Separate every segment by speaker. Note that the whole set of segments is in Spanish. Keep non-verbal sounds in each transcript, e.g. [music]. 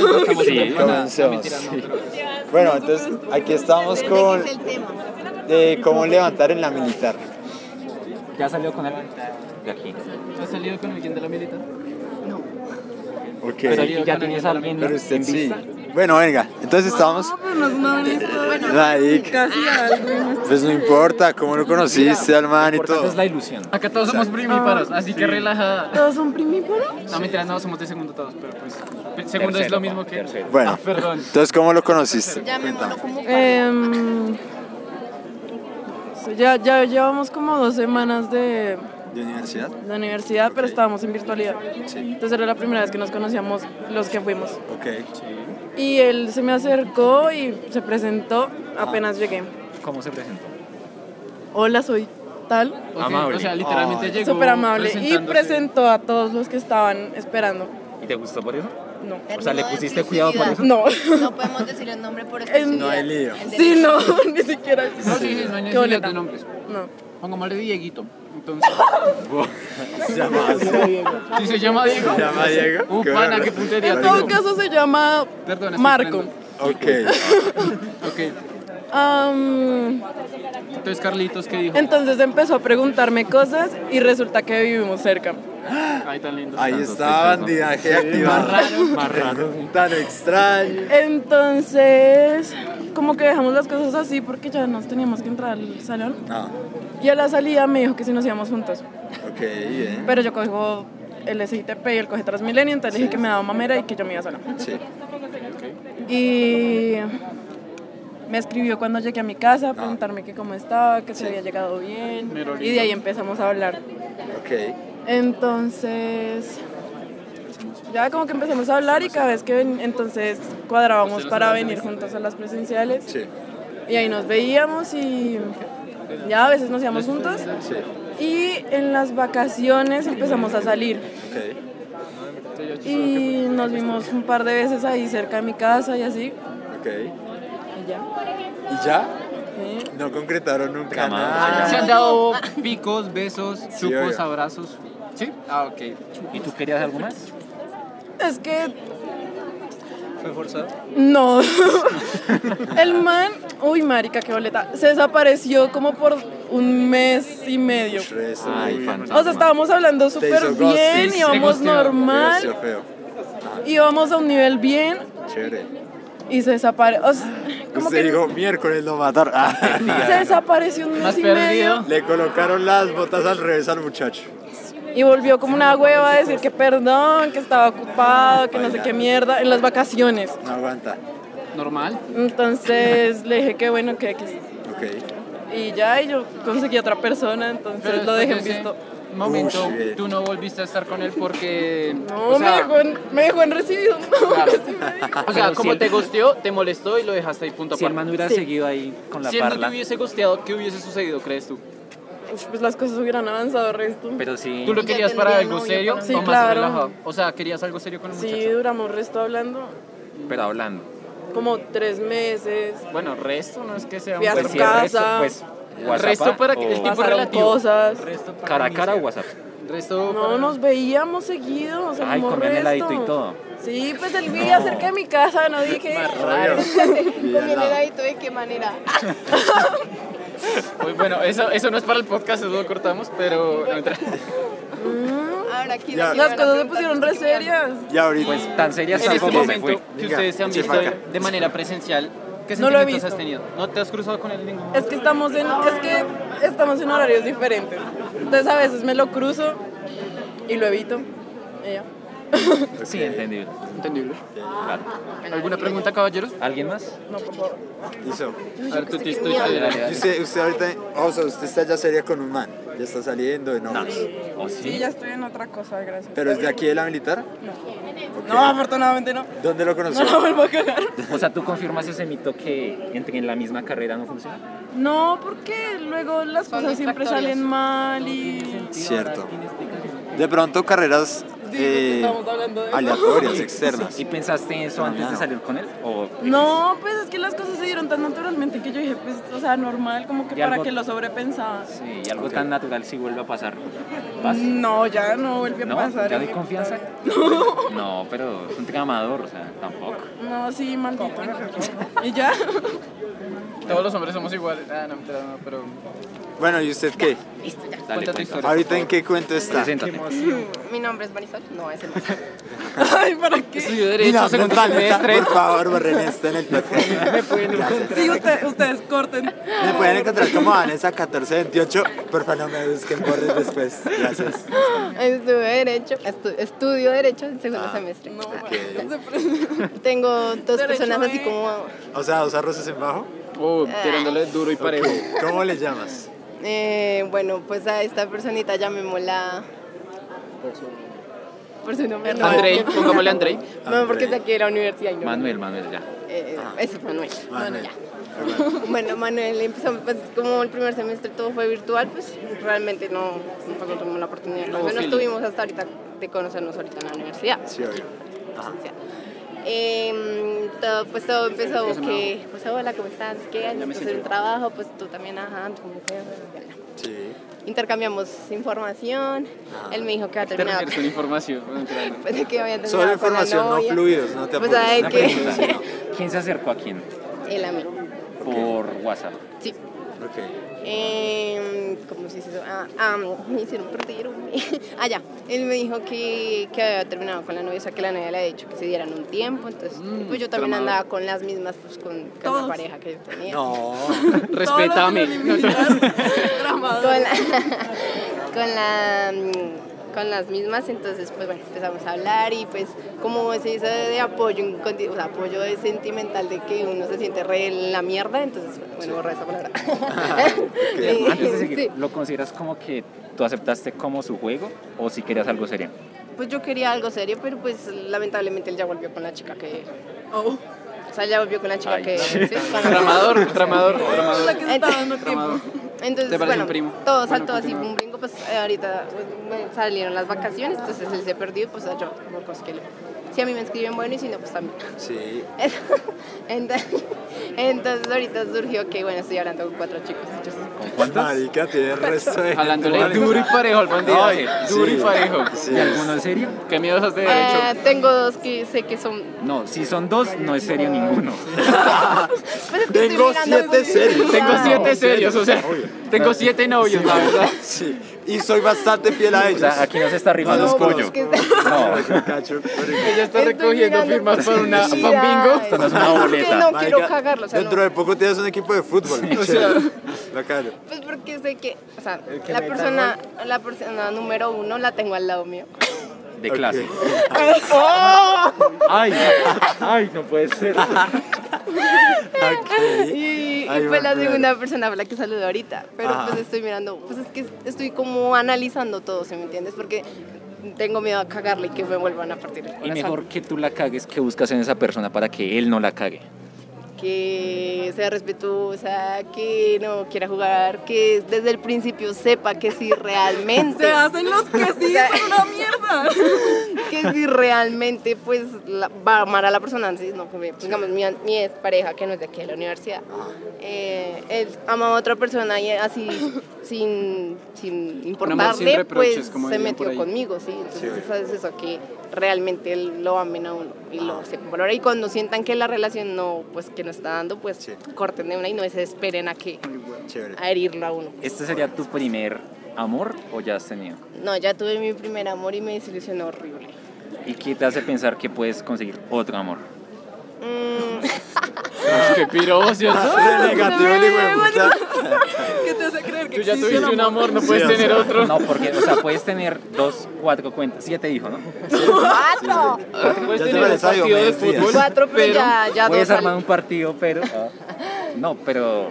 Speaker 1: Comencemos.
Speaker 2: Sí.
Speaker 1: Comencemos.
Speaker 2: No, mentira, no, pero-
Speaker 1: Bueno, entonces aquí estamos con de cómo levantar en la militar.
Speaker 2: ¿Ya salió con él? De aquí.
Speaker 3: ¿Has salido con alguien de la militar?
Speaker 1: Ok.
Speaker 2: Pero aquí ya tienes a alguien
Speaker 1: Pero
Speaker 2: en
Speaker 1: usted sí.
Speaker 2: vista.
Speaker 1: Bueno, venga, entonces estamos. [laughs] Marica. Pues no importa, cómo lo conociste al man y
Speaker 2: Importante
Speaker 1: todo.
Speaker 2: es la ilusión.
Speaker 3: Acá todos somos primíparos, así que relajada.
Speaker 4: ¿Todos son primíparos?
Speaker 3: No, mentira, no, somos de segundo todos, pero pues. pe- Segundo es
Speaker 2: Tercero,
Speaker 3: lo mismo que.
Speaker 2: tercero.
Speaker 1: Bueno,
Speaker 3: Ah, perdón.
Speaker 1: entonces cómo lo conociste.
Speaker 4: Em, ya, ya llevamos como dos semanas de
Speaker 1: ¿De universidad?
Speaker 4: la universidad, pero estábamos en virtualidad.
Speaker 1: Sí.
Speaker 4: Entonces era la primera vez que nos conocíamos los que fuimos.
Speaker 1: Ok.
Speaker 4: Y él se me acercó y se presentó apenas llegué.
Speaker 2: ¿Cómo se presentó?
Speaker 4: Hola, soy tal.
Speaker 3: Ok,
Speaker 2: Amable.
Speaker 3: O sea, literalmente
Speaker 1: Ay.
Speaker 3: llegó.
Speaker 4: Súper amable. Y
Speaker 3: presentándose.
Speaker 4: presentó a todos los que estaban esperando.
Speaker 2: ¿Y te gustó por eso?
Speaker 3: [laughs]
Speaker 4: No.
Speaker 2: O sea, ¿le pusiste cuidado por eso?
Speaker 4: No.
Speaker 5: No podemos decir el nombre por
Speaker 4: No
Speaker 1: hay lío.
Speaker 4: Sí, no, [laughs] ni siquiera.
Speaker 3: No, sí, sí, no hay
Speaker 4: Qué
Speaker 3: necesidad
Speaker 4: boleta.
Speaker 3: de nombres.
Speaker 4: No.
Speaker 3: Pongámosle Dieguito. Entonces,
Speaker 1: ¿Se llama así?
Speaker 3: si se llama Diego.
Speaker 1: ¿Se llama Diego?
Speaker 3: Un
Speaker 1: Qué
Speaker 3: pana,
Speaker 1: barro.
Speaker 3: qué puntería.
Speaker 4: En todo
Speaker 3: tengo.
Speaker 4: caso se llama
Speaker 3: Perdón, estoy
Speaker 4: Marco.
Speaker 3: frenando.
Speaker 1: [laughs] Ok.
Speaker 3: Ok.
Speaker 4: Am,
Speaker 3: Entonces, Carlitos, ¿qué dijo?
Speaker 4: entonces empezó a preguntarme cosas y resulta que vivimos cerca.
Speaker 3: Ay, tan lindo.
Speaker 1: Ahí está bandidaje activado.
Speaker 3: Raro, más raro.
Speaker 1: [laughs] Tan extraño.
Speaker 4: Entonces, como que dejamos las cosas así porque ya nos teníamos que entrar al salón.
Speaker 1: Ah,
Speaker 4: Y a la salida me dijo que si nos íbamos juntos.
Speaker 1: ok, bien.
Speaker 4: Pero yo cojo el SITP y él coge Transmilenio, entonces le dije que me daba mamera y que yo me iba sola.
Speaker 1: Sí.
Speaker 4: Y me escribió cuando llegué a mi casa a preguntarme que cómo estaba, que se había llegado bien.
Speaker 3: Mero
Speaker 4: Y de ahí empezamos a hablar.
Speaker 1: Ok.
Speaker 4: Entonces, ya como que empezamos a hablar y cada vez que ven- entonces cuadrábamos para venir juntos a las presenciales.
Speaker 1: Sí.
Speaker 4: Y ahí nos veíamos y ya a veces nos íbamos juntos.
Speaker 1: Sí.
Speaker 4: Y en las vacaciones empezamos a salir.
Speaker 1: Ok.
Speaker 4: Y nos vimos un par de veces ahí cerca de mi casa y así.
Speaker 1: Ok.
Speaker 4: Y ya. Eh,
Speaker 1: ¿Y ya?
Speaker 4: Sí.
Speaker 1: No concretaron nunca
Speaker 2: Cama,
Speaker 1: nada.
Speaker 3: Se han dado picos, besos,
Speaker 1: Sí,
Speaker 3: chupos,
Speaker 1: obvio.
Speaker 3: abrazos. ¿Sí? Ah, ok.
Speaker 2: ¿Y tú querías algo más?
Speaker 4: Es que
Speaker 3: ¿Fue forzado?
Speaker 4: No. [laughs] El man, uy, marica, qué boleta. Se desapareció como por un mes y medio.
Speaker 1: Rezo,
Speaker 2: Ay,
Speaker 1: uy,
Speaker 2: fantasma.
Speaker 4: O sea, estábamos hablando
Speaker 1: Te hizo
Speaker 4: súper bien,
Speaker 1: ghosting.
Speaker 4: íbamos
Speaker 3: Te ghosteó.
Speaker 1: Rezo
Speaker 4: normal,
Speaker 1: feo.
Speaker 4: íbamos a un nivel bien
Speaker 1: Chévere.
Speaker 4: y se desapareció. O sea, como
Speaker 1: Usted
Speaker 4: que
Speaker 1: dijo, miércoles lo mataron. [laughs] Ah,
Speaker 4: se desapareció un
Speaker 3: ¿Más
Speaker 4: mes y
Speaker 3: perdido?
Speaker 4: medio
Speaker 1: Le colocaron las botas al revés al muchacho.
Speaker 4: y volvió como una hueva a decir que perdón, que estaba ocupado, que no sé qué mierda, en las vacaciones.
Speaker 1: No aguanta.
Speaker 3: Normal.
Speaker 4: Entonces le dije que bueno, que X.
Speaker 1: Ok.
Speaker 4: Y ya, y yo conseguí otra persona, entonces lo dejé en
Speaker 3: después de
Speaker 4: visto.
Speaker 3: ese eh, Momento,
Speaker 1: Ush, bien.
Speaker 3: tú no volviste a estar con él porque.
Speaker 4: No,
Speaker 3: o sea,
Speaker 4: me, dejó en, me dejó en recibido. [laughs]
Speaker 3: Claro.
Speaker 4: Sí me dijo.
Speaker 3: O sea,
Speaker 2: Pero si
Speaker 3: como
Speaker 2: él-
Speaker 3: te gosteó, te molestó y lo dejaste ahí punto
Speaker 2: Ah, Si el
Speaker 3: aparte.
Speaker 2: man hubiera seguido ahí con la
Speaker 3: si él no te
Speaker 2: parla.
Speaker 3: hubiese gosteado, ¿qué hubiese sucedido, crees tú?
Speaker 4: Uf, pues las cosas hubieran avanzado resto.
Speaker 2: Pero sí.
Speaker 3: ¿Tú lo
Speaker 5: Ya
Speaker 3: querías para
Speaker 5: tendría
Speaker 3: algo
Speaker 5: novio
Speaker 3: serio
Speaker 5: para
Speaker 4: Sí,
Speaker 3: o más
Speaker 4: claro.
Speaker 3: relajado? O sea, ¿querías algo serio con el
Speaker 4: Sí,
Speaker 3: muchacho?
Speaker 4: duramos resto hablando
Speaker 2: Pero hablando.
Speaker 4: como tres meses.
Speaker 3: Bueno, resto no es que sea un
Speaker 4: Fui a
Speaker 3: buen
Speaker 4: su
Speaker 2: Pues si el
Speaker 3: resto.
Speaker 4: casa.
Speaker 2: resto, pues. WhatsApp
Speaker 3: Resto para que- el
Speaker 2: o
Speaker 3: tipo-
Speaker 4: Pasaron
Speaker 3: relativo.
Speaker 4: cosas.
Speaker 3: Resto para
Speaker 2: Cara a cara o
Speaker 3: iniciar.
Speaker 2: WhatsApp.
Speaker 3: Resto para-
Speaker 4: No, nos veíamos seguido. O sea,
Speaker 2: Ay,
Speaker 4: como
Speaker 2: comían
Speaker 4: resto.
Speaker 2: heladito y todo.
Speaker 4: Sí, pues él vivía cerca de mi casa, no dije.
Speaker 5: de qué manera.
Speaker 3: Uy, bueno, eso, eso no es para el podcast, eso lo cortamos, pero... no, mentira.
Speaker 5: Ahora aquí
Speaker 1: Ya.
Speaker 4: [laughs] Las cosas se pusieron re serias.
Speaker 1: Y ahorita.
Speaker 2: Pues tan serias
Speaker 3: en este
Speaker 2: tampoco se
Speaker 3: momento
Speaker 2: fue.
Speaker 3: que
Speaker 1: Venga,
Speaker 3: ustedes se han
Speaker 1: se
Speaker 3: visto
Speaker 1: fue
Speaker 3: de,
Speaker 1: acá.
Speaker 3: de manera presencial, ¿qué
Speaker 4: No lo he
Speaker 3: sentimientos has tenido?
Speaker 4: visto.
Speaker 3: ¿No te has cruzado con él en ningún momento?
Speaker 4: Es que estamos en, es que estamos en horarios diferentes. Entonces a veces me lo cruzo y lo evito. Y ya.
Speaker 2: Sí, entendible.
Speaker 3: Entendible.
Speaker 2: Claro.
Speaker 3: ¿Alguna pregunta, caballeros?
Speaker 2: ¿Alguien más?
Speaker 4: No, por favor.
Speaker 1: Listo.
Speaker 3: A ver, tú, tú, tú, tú, dale, dale,
Speaker 1: Y
Speaker 3: dale.
Speaker 1: Usted, usted ahorita, o sea, usted está ya seria con un man, ya está saliendo de novios.
Speaker 2: ¿O
Speaker 4: Sí,
Speaker 2: sí?
Speaker 4: ya estoy en otra cosa, gracias.
Speaker 1: ¿Pero es de aquí de la militar?
Speaker 4: No, afortunadamente no. [laughs]
Speaker 1: ¿Dónde lo conoció?
Speaker 4: Vuelvo a cagar.
Speaker 2: O sea, ¿tú confirmas ese mito que entre en la misma carrera no funciona?
Speaker 4: No, porque luego las cosas siempre salen mal y.
Speaker 1: Cierto. De pronto carreras eh,
Speaker 4: estamos hablando de eso.
Speaker 1: aleatorias, externas.
Speaker 2: ¿Y pensaste eso antes de salir con él? ¿O
Speaker 4: No, pues es es que las cosas se dieron tan naturalmente que yo dije, pues, o sea, normal, como que
Speaker 2: Y
Speaker 4: para
Speaker 2: algo-
Speaker 4: que lo sobrepensaba.
Speaker 2: Sí, y algo tan natural si vuelve a pasar. ¿Vas?
Speaker 4: No, ya no volvió Mm, a
Speaker 2: ¿No?
Speaker 4: pasar.
Speaker 2: ¿Ya
Speaker 4: en
Speaker 2: doy
Speaker 4: mi [laughs]
Speaker 2: confianza?
Speaker 4: vida.
Speaker 2: No. pero es un tema amador, o sea, tampoco.
Speaker 4: No, sí, maldito. [laughs] ¿Y ya?
Speaker 3: Todos los hombres somos iguales. Ah, no, mentira, no, pero.
Speaker 1: Bueno, ¿y usted qué?
Speaker 2: Dale,
Speaker 3: Cuenta tu
Speaker 2: cuenta.
Speaker 3: historia.
Speaker 1: ¿Ahorita en qué cuento está?
Speaker 2: Preséntate.
Speaker 5: Mi nombre es Marisol. No, ese no.
Speaker 4: Ay, ¿para qué?
Speaker 3: Estudió
Speaker 1: Mira,
Speaker 3: Derecho, segundo
Speaker 1: mental, mental,
Speaker 3: semestre.
Speaker 1: por favor, borren esto en
Speaker 3: [laughs]
Speaker 1: el podcast. Gracias.
Speaker 4: Sí, usted- ustedes corten.
Speaker 1: Me pueden encontrar como Vanessa 1428. Por favor, no me busquen borren después. Gracias.
Speaker 5: [laughs] Estudio Derecho. estu- estudio Derecho en segundo
Speaker 1: Ah.
Speaker 5: semestre.
Speaker 4: No,
Speaker 5: Ah.
Speaker 1: Ok.
Speaker 5: Tengo dos
Speaker 4: Derecho
Speaker 5: personas así
Speaker 4: es-
Speaker 5: como
Speaker 1: O sea, dos arroces en bajo.
Speaker 3: Uh, tirándole duro y parejo.
Speaker 1: ¿Cómo le llamas?
Speaker 5: Eh, bueno, pues a esta personita llamémosla. Por su nombre. no.
Speaker 3: Andrei, pongámosle a Andrei.
Speaker 5: [laughs] No, porque está aquí de la universidad y no.
Speaker 2: Manuel, Ah. Manuel, ya.
Speaker 5: Eh, ese es Manuel. Bueno,
Speaker 1: Manuel.
Speaker 5: ya. [laughs] Bueno, Manuel, empezamos, pues como el primer semestre todo fue virtual, pues realmente no, no tuvimos la oportunidad. de
Speaker 3: No hubo
Speaker 5: conocernos.
Speaker 3: feeling.
Speaker 5: tuvimos hasta ahorita de conocernos ahorita en la universidad.
Speaker 1: Sí, obvio.
Speaker 5: presencial. Eh, todo, pues todo empezó
Speaker 3: Este
Speaker 5: que, pues hola, ¿cómo estás? ¿Qué? Necesito hacer un trabajo, pues tú también, ajá, tú como que, bueno, ya.
Speaker 1: Sí.
Speaker 5: Intercambiamos información, él me dijo que había
Speaker 3: Ah, Te
Speaker 5: terminado,
Speaker 3: refieres con información. No, mentira, no.
Speaker 5: [laughs] pues, de que había
Speaker 1: Solo
Speaker 5: terminado con la
Speaker 1: información, no
Speaker 5: novia.
Speaker 1: fluidos, no te
Speaker 5: Pues
Speaker 1: apures.
Speaker 5: ay,
Speaker 1: Una
Speaker 5: que
Speaker 2: ¿Quién se acercó a quién?
Speaker 5: [laughs] él a mí,
Speaker 2: Por WhatsApp.
Speaker 5: sí.
Speaker 1: Ok.
Speaker 5: Eh, ¿Cómo se hizo? eso? Ah, ah, me hicieron perder. un- [laughs] ah, ya. Él me dijo que, que había terminado con la novia, o sea, que la novia le había dicho que se dieran un tiempo. Entonces, pues yo también
Speaker 3: tramado.
Speaker 5: andaba con las mismas, pues con, con la
Speaker 4: Todos.
Speaker 5: pareja que yo tenía.
Speaker 1: No.
Speaker 3: Respétame.
Speaker 5: Con la, [laughs] con, la, mm, con las mismas, entonces, pues bueno, empezamos a hablar y pues como se hizo de, de apoyo, incondi- o sea, apoyo de sentimental de que uno se siente re en la mierda, entonces, bueno, borra esa palabra. Sí, [laughs]
Speaker 2: Antes de seguir,
Speaker 5: sí.
Speaker 2: ¿lo consideras como que tú aceptaste como su juego o si querías algo serio?
Speaker 5: Pues yo quería algo serio, pero pues lamentablemente él ya volvió con la chica que.
Speaker 4: Oh,
Speaker 5: O sea, ya volvió con la chica
Speaker 2: Ay.
Speaker 5: que. sí, con
Speaker 3: [laughs]
Speaker 5: la-
Speaker 3: Tramador, tramador,
Speaker 4: la
Speaker 3: tramador.
Speaker 4: que estaba dando tiempo.
Speaker 3: Tramador.
Speaker 5: Entonces,
Speaker 3: Te parece
Speaker 5: bueno,
Speaker 3: un primo.
Speaker 5: todo
Speaker 3: Bueno,
Speaker 5: saltó así,
Speaker 3: continúa.
Speaker 5: un brinco, pues eh, ahorita pues, me salieron las vacaciones, entonces él se perdió y pues yo, como cosas que le- Si a mí me escriben bueno y si no, pues también. [laughs]
Speaker 1: Sí.
Speaker 5: Entonces, entonces ahorita surgió que, bueno, estoy hablando con cuatro chicos. entonces,
Speaker 2: ¿Con cuántos?
Speaker 1: Marica, tiene el resto de.
Speaker 3: Jalándole duro y parejo al bandido.
Speaker 1: Ay,
Speaker 3: Duro y
Speaker 1: sí.
Speaker 3: parejo.
Speaker 1: Sí.
Speaker 2: ¿Y alguno en serio?
Speaker 3: Qué miedos has de
Speaker 5: eh,
Speaker 3: derecho.
Speaker 5: tengo dos que sé que son.
Speaker 2: No, si son dos, no es serio ninguno.
Speaker 5: Pues es que estoy
Speaker 1: Tengo
Speaker 5: mirando-
Speaker 1: siete series.
Speaker 3: Tengo
Speaker 5: Ah.
Speaker 3: siete serios, o sea, tengo siete novios, la verdad.
Speaker 1: Sí. Y soy bastante fiel a
Speaker 2: O
Speaker 1: ellos.
Speaker 2: sea, aquí no se está rifando
Speaker 5: No,
Speaker 2: un
Speaker 5: pues,
Speaker 2: pollo.
Speaker 5: que-
Speaker 2: [laughs] No,
Speaker 1: Cacho,
Speaker 3: Ella está
Speaker 5: Estoy
Speaker 3: recogiendo
Speaker 5: mirando
Speaker 3: firmas para una
Speaker 5: publicidad.
Speaker 3: para un bingo.
Speaker 2: Esto no es una boleta.
Speaker 5: Es que no
Speaker 1: Marica,
Speaker 5: quiero cagarlo, o sea, no.
Speaker 1: dentro de poco tienes un equipo de fútbol.
Speaker 3: O sea,
Speaker 1: Bacano.
Speaker 5: Pues porque sé que, o sea, la persona, la persona número uno la tengo al lado mío.
Speaker 2: de
Speaker 1: Ok.
Speaker 2: clase.
Speaker 5: ¡Ah!
Speaker 2: Ay, ay, no puede ser.
Speaker 1: Ok.
Speaker 5: Y, y
Speaker 1: Ahí va
Speaker 5: fue la
Speaker 1: el primero.
Speaker 5: segunda persona a la que saludé ahorita. Pero
Speaker 1: Ajá.
Speaker 5: pues estoy mirando, pues es que estoy como analizando todo, ¿se me entiendes? Porque tengo miedo a cagarle y que me vuelvan a partir el
Speaker 2: Y
Speaker 5: corazón.
Speaker 2: mejor que tú la cagues que buscas en esa persona para que él no la cague.
Speaker 5: Que sea respetuosa, que no quiera jugar, que desde el principio sepa que si realmente...
Speaker 4: Se hacen los que sí, son una mierda.
Speaker 5: que si realmente pues la- va a amar a la persona, sí, no, como, digamos mi, mi ex pareja que no es de aquí de la universidad,
Speaker 3: Ah.
Speaker 5: eh, él ama a otra persona
Speaker 3: [laughs]
Speaker 5: y así sin, sin importarle
Speaker 3: reproches,
Speaker 5: pues
Speaker 3: como
Speaker 5: se
Speaker 3: dirían por
Speaker 5: metió
Speaker 3: ahí.
Speaker 5: conmigo, sí, entonces
Speaker 1: Sí.
Speaker 5: eso es eso que realmente él lo amen a uno y
Speaker 3: Ah.
Speaker 5: lo sepan valorar y cuando sientan que la relación no pues que no está dando pues
Speaker 1: Sí.
Speaker 5: corten de una y no se esperen a que
Speaker 1: Chévere.
Speaker 5: a herirlo a uno.
Speaker 3: Eh.
Speaker 2: ¿Este sería tu primer amor o ya has tenido?
Speaker 5: No, ya tuve mi primer amor y me desilusionó horrible.
Speaker 2: ¿Y qué te hace pensar que puedes conseguir otro amor?
Speaker 3: [laughs]
Speaker 5: Mm, [laughs]
Speaker 3: Qué
Speaker 1: [laughs]
Speaker 3: pirocios.
Speaker 1: Ah,
Speaker 5: Ah,
Speaker 1: Negativo, el hijo de puta.
Speaker 4: ¿Qué te hace creer que
Speaker 3: Tú ya
Speaker 4: existe
Speaker 3: tuviste
Speaker 4: el
Speaker 3: un
Speaker 4: amor?
Speaker 3: amor, no puedes
Speaker 1: Sí, o
Speaker 3: tener
Speaker 1: sea,
Speaker 3: otro.
Speaker 2: Pues No, porque, o sea, puedes tener dos, cuatro cuentas. Siete hijos, ¿no?
Speaker 5: ¡Vato!
Speaker 3: Puedes
Speaker 1: Ya se
Speaker 3: tener un
Speaker 1: parece a
Speaker 3: partido de
Speaker 1: Diomedes Díaz.
Speaker 3: fútbol,
Speaker 5: Cuatro, pero,
Speaker 3: Pues, pero
Speaker 5: ya, ya
Speaker 2: puedes
Speaker 5: dos al-
Speaker 2: armar un partido,
Speaker 5: [laughs]
Speaker 2: pero. No, pero.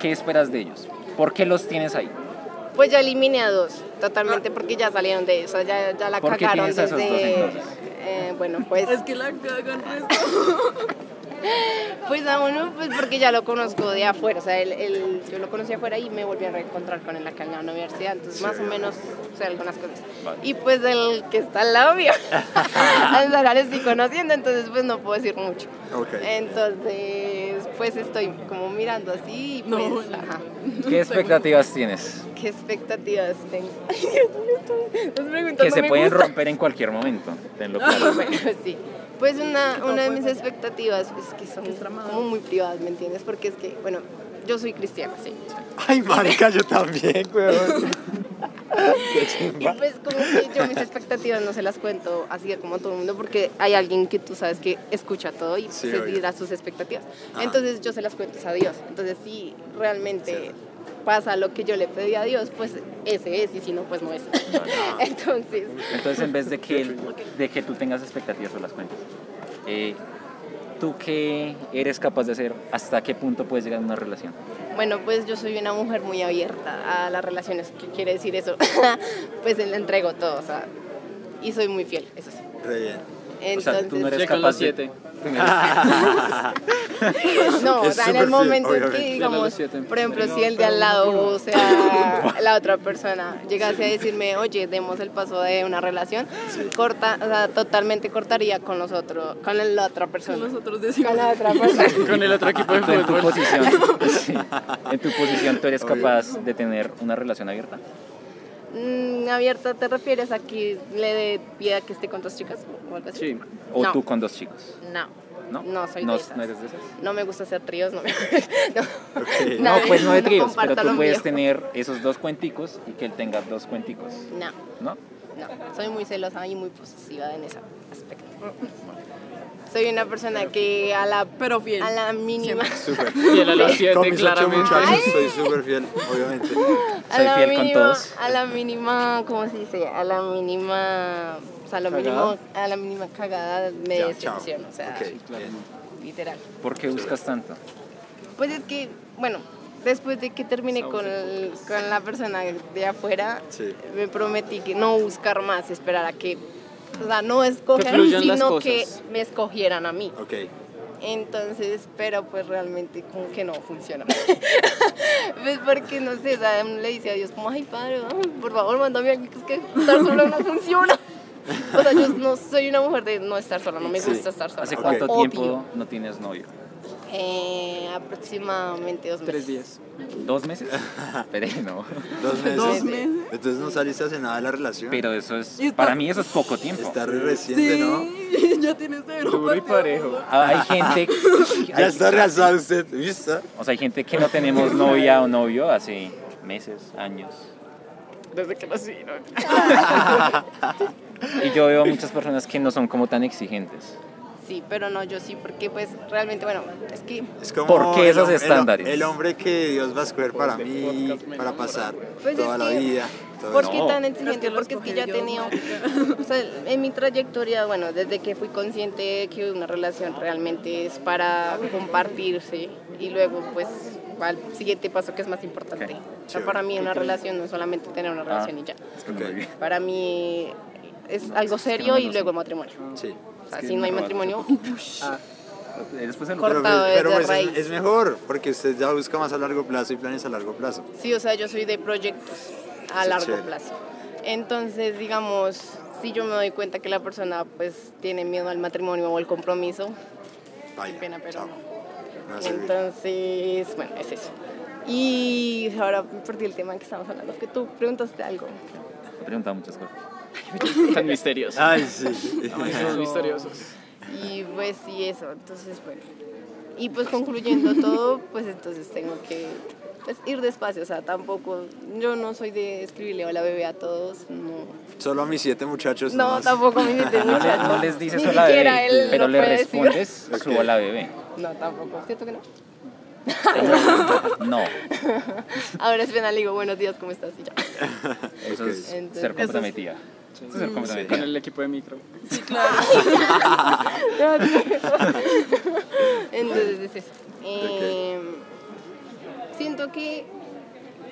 Speaker 2: ¿Qué esperas de ellos? ¿Por qué los tienes ahí?
Speaker 5: Pues ya eliminé a dos, totalmente, porque ya salieron de eso, ya, ya la
Speaker 2: ¿Por qué
Speaker 5: cagaron
Speaker 2: tienes a esos
Speaker 5: desde...
Speaker 2: dos, entonces?
Speaker 5: eh, bueno, pues
Speaker 4: Es que la cagan resto.
Speaker 5: Pues a uno, pues porque ya lo conozco de afuera, o sea, él, él- yo lo conocí afuera y me volví a reencontrar con él acá en la universidad, entonces más o menos, o sea, algunas cosas.
Speaker 2: Vale.
Speaker 5: Y pues el que está al lado mío, [laughs] al Zara le estoy conociendo, entonces pues no puedo decir mucho.
Speaker 1: Ok.
Speaker 5: Entonces, pues estoy como mirando así y
Speaker 4: No,
Speaker 5: pues,
Speaker 4: no.
Speaker 5: ajá,
Speaker 2: ¿Qué expectativas tienes?
Speaker 5: qué expectativas tengo. [laughs] Ay, Dios mío, tú- las preguntas
Speaker 2: Que
Speaker 5: no
Speaker 2: se
Speaker 5: me
Speaker 2: pueden
Speaker 5: gustan.
Speaker 2: romper en cualquier momento. Tenlo [laughs]
Speaker 5: [laughs]
Speaker 2: claro.
Speaker 5: Bueno, sí. Pues una, una de mis expectativas es que son
Speaker 4: Es tramada.
Speaker 5: como muy privadas, ¿me entiendes? Porque es que, bueno, yo soy cristiana, sí.
Speaker 1: Ay, marica, yo también, weón. Qué
Speaker 5: Y
Speaker 1: chimba.
Speaker 5: pues como que yo mis expectativas no se las cuento así como a todo el mundo porque hay alguien que tú sabes que escucha todo y
Speaker 1: Sí,
Speaker 5: se
Speaker 1: obvio.
Speaker 5: dirá sus expectativas.
Speaker 1: Ajá.
Speaker 5: Entonces yo se las cuento es a Dios. Entonces si realmente pasa lo que yo le pedí a Dios, pues ese es y si no, pues no es. [laughs] Entonces,
Speaker 2: Entonces, en vez de que, de que tú tengas expectativas o las cuentas, eh, ¿tú qué eres capaz de hacer? ¿Hasta qué punto puedes llegar a una relación?
Speaker 5: Bueno, pues yo soy una mujer muy abierta a las relaciones. ¿Qué quiere decir eso? [laughs] pues le entrego todo, o sea, y soy muy fiel, eso sí.
Speaker 1: Re bien.
Speaker 2: sea, tú no eres
Speaker 5: Entonces,
Speaker 3: Checo en los
Speaker 2: capaz de-
Speaker 3: siete.
Speaker 5: Ah. [laughs] no, o
Speaker 1: Es
Speaker 5: sea, en
Speaker 1: súper
Speaker 5: el momento
Speaker 1: fiel,
Speaker 5: en que,
Speaker 1: obviamente.
Speaker 3: Fiel a
Speaker 5: digamos,
Speaker 3: los siete.
Speaker 5: por ejemplo, si el de al lado, o sea, la otra persona llegase a decirme, oye, demos el paso de una relación, corta, o sea, totalmente cortaría con los otros, con la otra persona.
Speaker 4: Nosotros
Speaker 5: Con
Speaker 4: decimos.
Speaker 5: la otra persona.
Speaker 1: [laughs]
Speaker 3: Con el otro equipo de
Speaker 2: Tú en tu
Speaker 3: fútbol.
Speaker 5: [laughs]
Speaker 2: posición, sí, en tu posición, ¿tú eres capaz de tener una relación abierta?
Speaker 5: Mm, abierta, ¿te refieres a que le dé pie a que esté con dos chicas? o algo así?
Speaker 3: Sí.
Speaker 2: ¿O
Speaker 5: No.
Speaker 2: tú con dos chicos?
Speaker 5: No.
Speaker 2: ¿No?
Speaker 5: No soy
Speaker 2: no,
Speaker 5: de esas.
Speaker 2: ¿no eres de esas?
Speaker 5: No me gusta hacer tríos, no me. [laughs] no. [laughs]
Speaker 1: Ok.
Speaker 5: No,
Speaker 2: No, pues no de
Speaker 5: no
Speaker 2: tríos,
Speaker 5: [laughs] comparto
Speaker 2: pero tú
Speaker 5: lo
Speaker 2: puedes
Speaker 5: mío.
Speaker 2: tener esos dos cuenticos y que él tenga dos cuenticos,
Speaker 5: No,
Speaker 2: ¿no?
Speaker 5: no. Soy muy celosa y muy posesiva en ese aspecto. Soy una persona que a la,
Speaker 4: Pero fiel.
Speaker 5: a la mínima.
Speaker 1: Súper.
Speaker 3: Fiel a los
Speaker 1: Con
Speaker 3: siete,
Speaker 1: mis ocho
Speaker 3: claramente.
Speaker 1: muchachos soy súper fiel, obviamente.
Speaker 5: [laughs] A
Speaker 2: Soy
Speaker 5: la
Speaker 2: fiel con
Speaker 5: mínima,
Speaker 2: todos.
Speaker 5: A la mínima, ¿cómo se dice? A la mínima. O sea, a lo mínimo, a la mínima cagada me
Speaker 1: Ya, chao.
Speaker 5: decepciono, o sea,
Speaker 1: Ok, bien.
Speaker 5: literal.
Speaker 2: ¿Por qué buscas tanto?
Speaker 5: Pues es que, bueno, después de que terminé con, el- con la persona de afuera,
Speaker 1: Sí.
Speaker 5: me prometí que no buscar más, esperar a que, o sea, no escoger,
Speaker 3: fluyan las
Speaker 5: sino
Speaker 3: cosas.
Speaker 5: que me escogieran a mí.
Speaker 1: Ok.
Speaker 5: Entonces, pero pues realmente como que no funciona. [laughs] pues porque, no sé, o sea, uno le dice a Dios como, ay, padre, ay, por favor, mándame algo, que es que estar sola no funciona. O sea, yo no soy una mujer de no estar sola, no me
Speaker 1: Sí.
Speaker 5: gusta estar sola.
Speaker 2: ¿Hace
Speaker 1: Ok.
Speaker 2: cuánto
Speaker 5: Odio.
Speaker 2: tiempo no tienes novio?
Speaker 5: Eh, aproximadamente dos meses.
Speaker 3: Tres días.
Speaker 1: [laughs]
Speaker 2: ¿Dos meses? Pero no.
Speaker 1: Dos meses.
Speaker 4: Dos meses.
Speaker 1: Entonces no saliste hace nada de la relación.
Speaker 2: Pero eso es,
Speaker 4: Y está-
Speaker 2: para mí eso es poco tiempo.
Speaker 1: Está re reciente, ¿no?
Speaker 4: Sí, [laughs] ya tienes cero.
Speaker 3: Duro y parejo.
Speaker 2: Ah, Hay
Speaker 1: [laughs]
Speaker 2: gente,
Speaker 1: Ya
Speaker 2: hay-
Speaker 1: está realizado usted, ¿viste?
Speaker 2: o sea, hay gente que no tenemos novia o novio hace meses, años.
Speaker 3: Desde que nací, ¿no?
Speaker 2: Y yo veo muchas personas que no son como tan exigentes.
Speaker 5: Sí, pero no, yo sí, porque pues realmente, bueno, es que
Speaker 1: Es como
Speaker 2: ¿Por qué
Speaker 1: el
Speaker 2: esos
Speaker 1: hom- el-
Speaker 2: estándares?
Speaker 1: El, hombre que Dios va a escoger para mí,
Speaker 3: podcast me
Speaker 1: para
Speaker 3: enamora,
Speaker 1: pasar
Speaker 5: Pues
Speaker 1: toda
Speaker 5: es
Speaker 1: la
Speaker 5: que-
Speaker 1: vida. todo
Speaker 5: ¿Por
Speaker 1: eso.
Speaker 5: qué
Speaker 2: No.
Speaker 5: tan
Speaker 4: Es
Speaker 5: exigente?
Speaker 4: que lo
Speaker 5: Porque es que ya he
Speaker 4: escogería
Speaker 5: tenido, o sea, en mi trayectoria, bueno, desde que fui consciente de que una relación realmente es para compartirse y luego pues al siguiente paso que es más importante.
Speaker 2: Ok.
Speaker 5: O sea,
Speaker 1: Chévere.
Speaker 5: para mí una relación no es solamente tener una
Speaker 2: Ah.
Speaker 5: relación y ya.
Speaker 2: Es que no me
Speaker 1: Ok.
Speaker 2: vi.
Speaker 5: Para mí es algo
Speaker 2: es que no
Speaker 5: serio
Speaker 2: me
Speaker 5: y
Speaker 2: lo
Speaker 5: luego
Speaker 2: sé.
Speaker 5: el matrimonio.
Speaker 1: Sí.
Speaker 5: O sea,
Speaker 2: Es que
Speaker 5: si no hay
Speaker 2: me [laughs]
Speaker 5: matrimonio,
Speaker 2: Después el
Speaker 5: Corta.
Speaker 1: Pero,
Speaker 5: Cortado
Speaker 1: pero pues
Speaker 5: desde
Speaker 1: es,
Speaker 5: raíz.
Speaker 1: es mejor, porque usted ya busca más a largo plazo y planes a largo plazo.
Speaker 5: Sí, o sea, yo soy de proyectos a
Speaker 1: Sí,
Speaker 5: largo
Speaker 1: chévere.
Speaker 5: plazo. Entonces, digamos, si yo me doy cuenta que la persona pues tiene miedo al matrimonio o al compromiso,
Speaker 1: Vaya,
Speaker 5: pena, pero
Speaker 1: chao.
Speaker 5: no.
Speaker 1: No va a servir.
Speaker 5: entonces, bueno, es eso. Y ahora perdí el tema que estamos hablando, que tú preguntaste algo.
Speaker 2: he preguntado muchas cosas.
Speaker 3: Tan misteriosos.
Speaker 1: Ay, sí,
Speaker 2: [laughs]
Speaker 1: sí.
Speaker 3: Son misteriosos.
Speaker 5: Y pues sí, eso, entonces bueno. Y
Speaker 1: [laughs]
Speaker 5: pues concluyendo todo, pues entonces tengo que pues, ir despacio, o sea, tampoco, yo no soy de escribirle hola bebé a todos, no.
Speaker 1: Solo a mis siete muchachos.
Speaker 5: No,
Speaker 1: nomás.
Speaker 5: tampoco me invité
Speaker 2: pues No, le-
Speaker 5: muchachos.
Speaker 2: no les dices
Speaker 5: Ah, Ni
Speaker 2: hola
Speaker 5: siquiera
Speaker 2: bebé,
Speaker 5: él
Speaker 2: pero
Speaker 5: lo
Speaker 2: le
Speaker 5: puede decir.
Speaker 2: respondes
Speaker 1: Ok.
Speaker 2: su hola bebé.
Speaker 5: [laughs] No, tampoco. ¿Cierto que no? [laughs]
Speaker 2: No,
Speaker 5: Ahora es bien, le digo buenos días, ¿cómo estás? Y ya. [laughs]
Speaker 2: eso es
Speaker 5: Entonces-
Speaker 2: ser comprometida. Eso es ser
Speaker 3: Con
Speaker 2: comprometida.
Speaker 3: el equipo de micro.
Speaker 4: Sí, claro.
Speaker 5: Entonces es Em, eso. Eh, Siento que.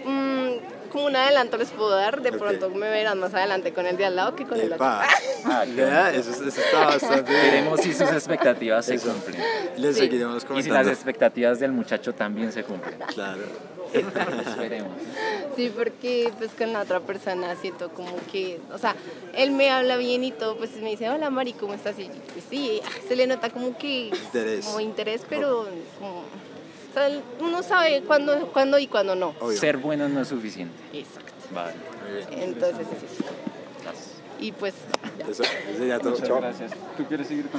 Speaker 5: mm, como un adelanto les puedo dar, de
Speaker 1: Ok.
Speaker 5: pronto me verán más adelante con el de al lado que con el otro.
Speaker 1: Epa. [laughs]
Speaker 2: Ah, qué
Speaker 1: Vea, Eso, eso está bastante bien.
Speaker 2: Veremos si sus expectativas se cumplen.
Speaker 1: Les
Speaker 5: Sí.
Speaker 1: seguiremos
Speaker 2: Y si las
Speaker 1: comentando.
Speaker 2: expectativas del muchacho también se cumplen.
Speaker 1: Claro. [laughs]
Speaker 2: Esperemos.
Speaker 5: Sí, porque pues con la otra persona siento como que, o sea, él me habla bien y todo, pues me dice, hola Mari, ¿cómo estás? Y pues sí, ah, se le nota como que...
Speaker 1: Interés.
Speaker 5: Como interés, pero como... o sea, uno sabe cuándo, cuándo y cuándo no.
Speaker 1: Obvio.
Speaker 2: Ser bueno no es suficiente.
Speaker 5: Exacto.
Speaker 2: Vale.
Speaker 1: Muy bien.
Speaker 5: Entonces es eso.
Speaker 2: Gracias.
Speaker 5: Y pues
Speaker 1: Eso, eso sería todo.
Speaker 3: Muchas
Speaker 1: Chao.
Speaker 3: gracias. ¿Tú quieres seguir con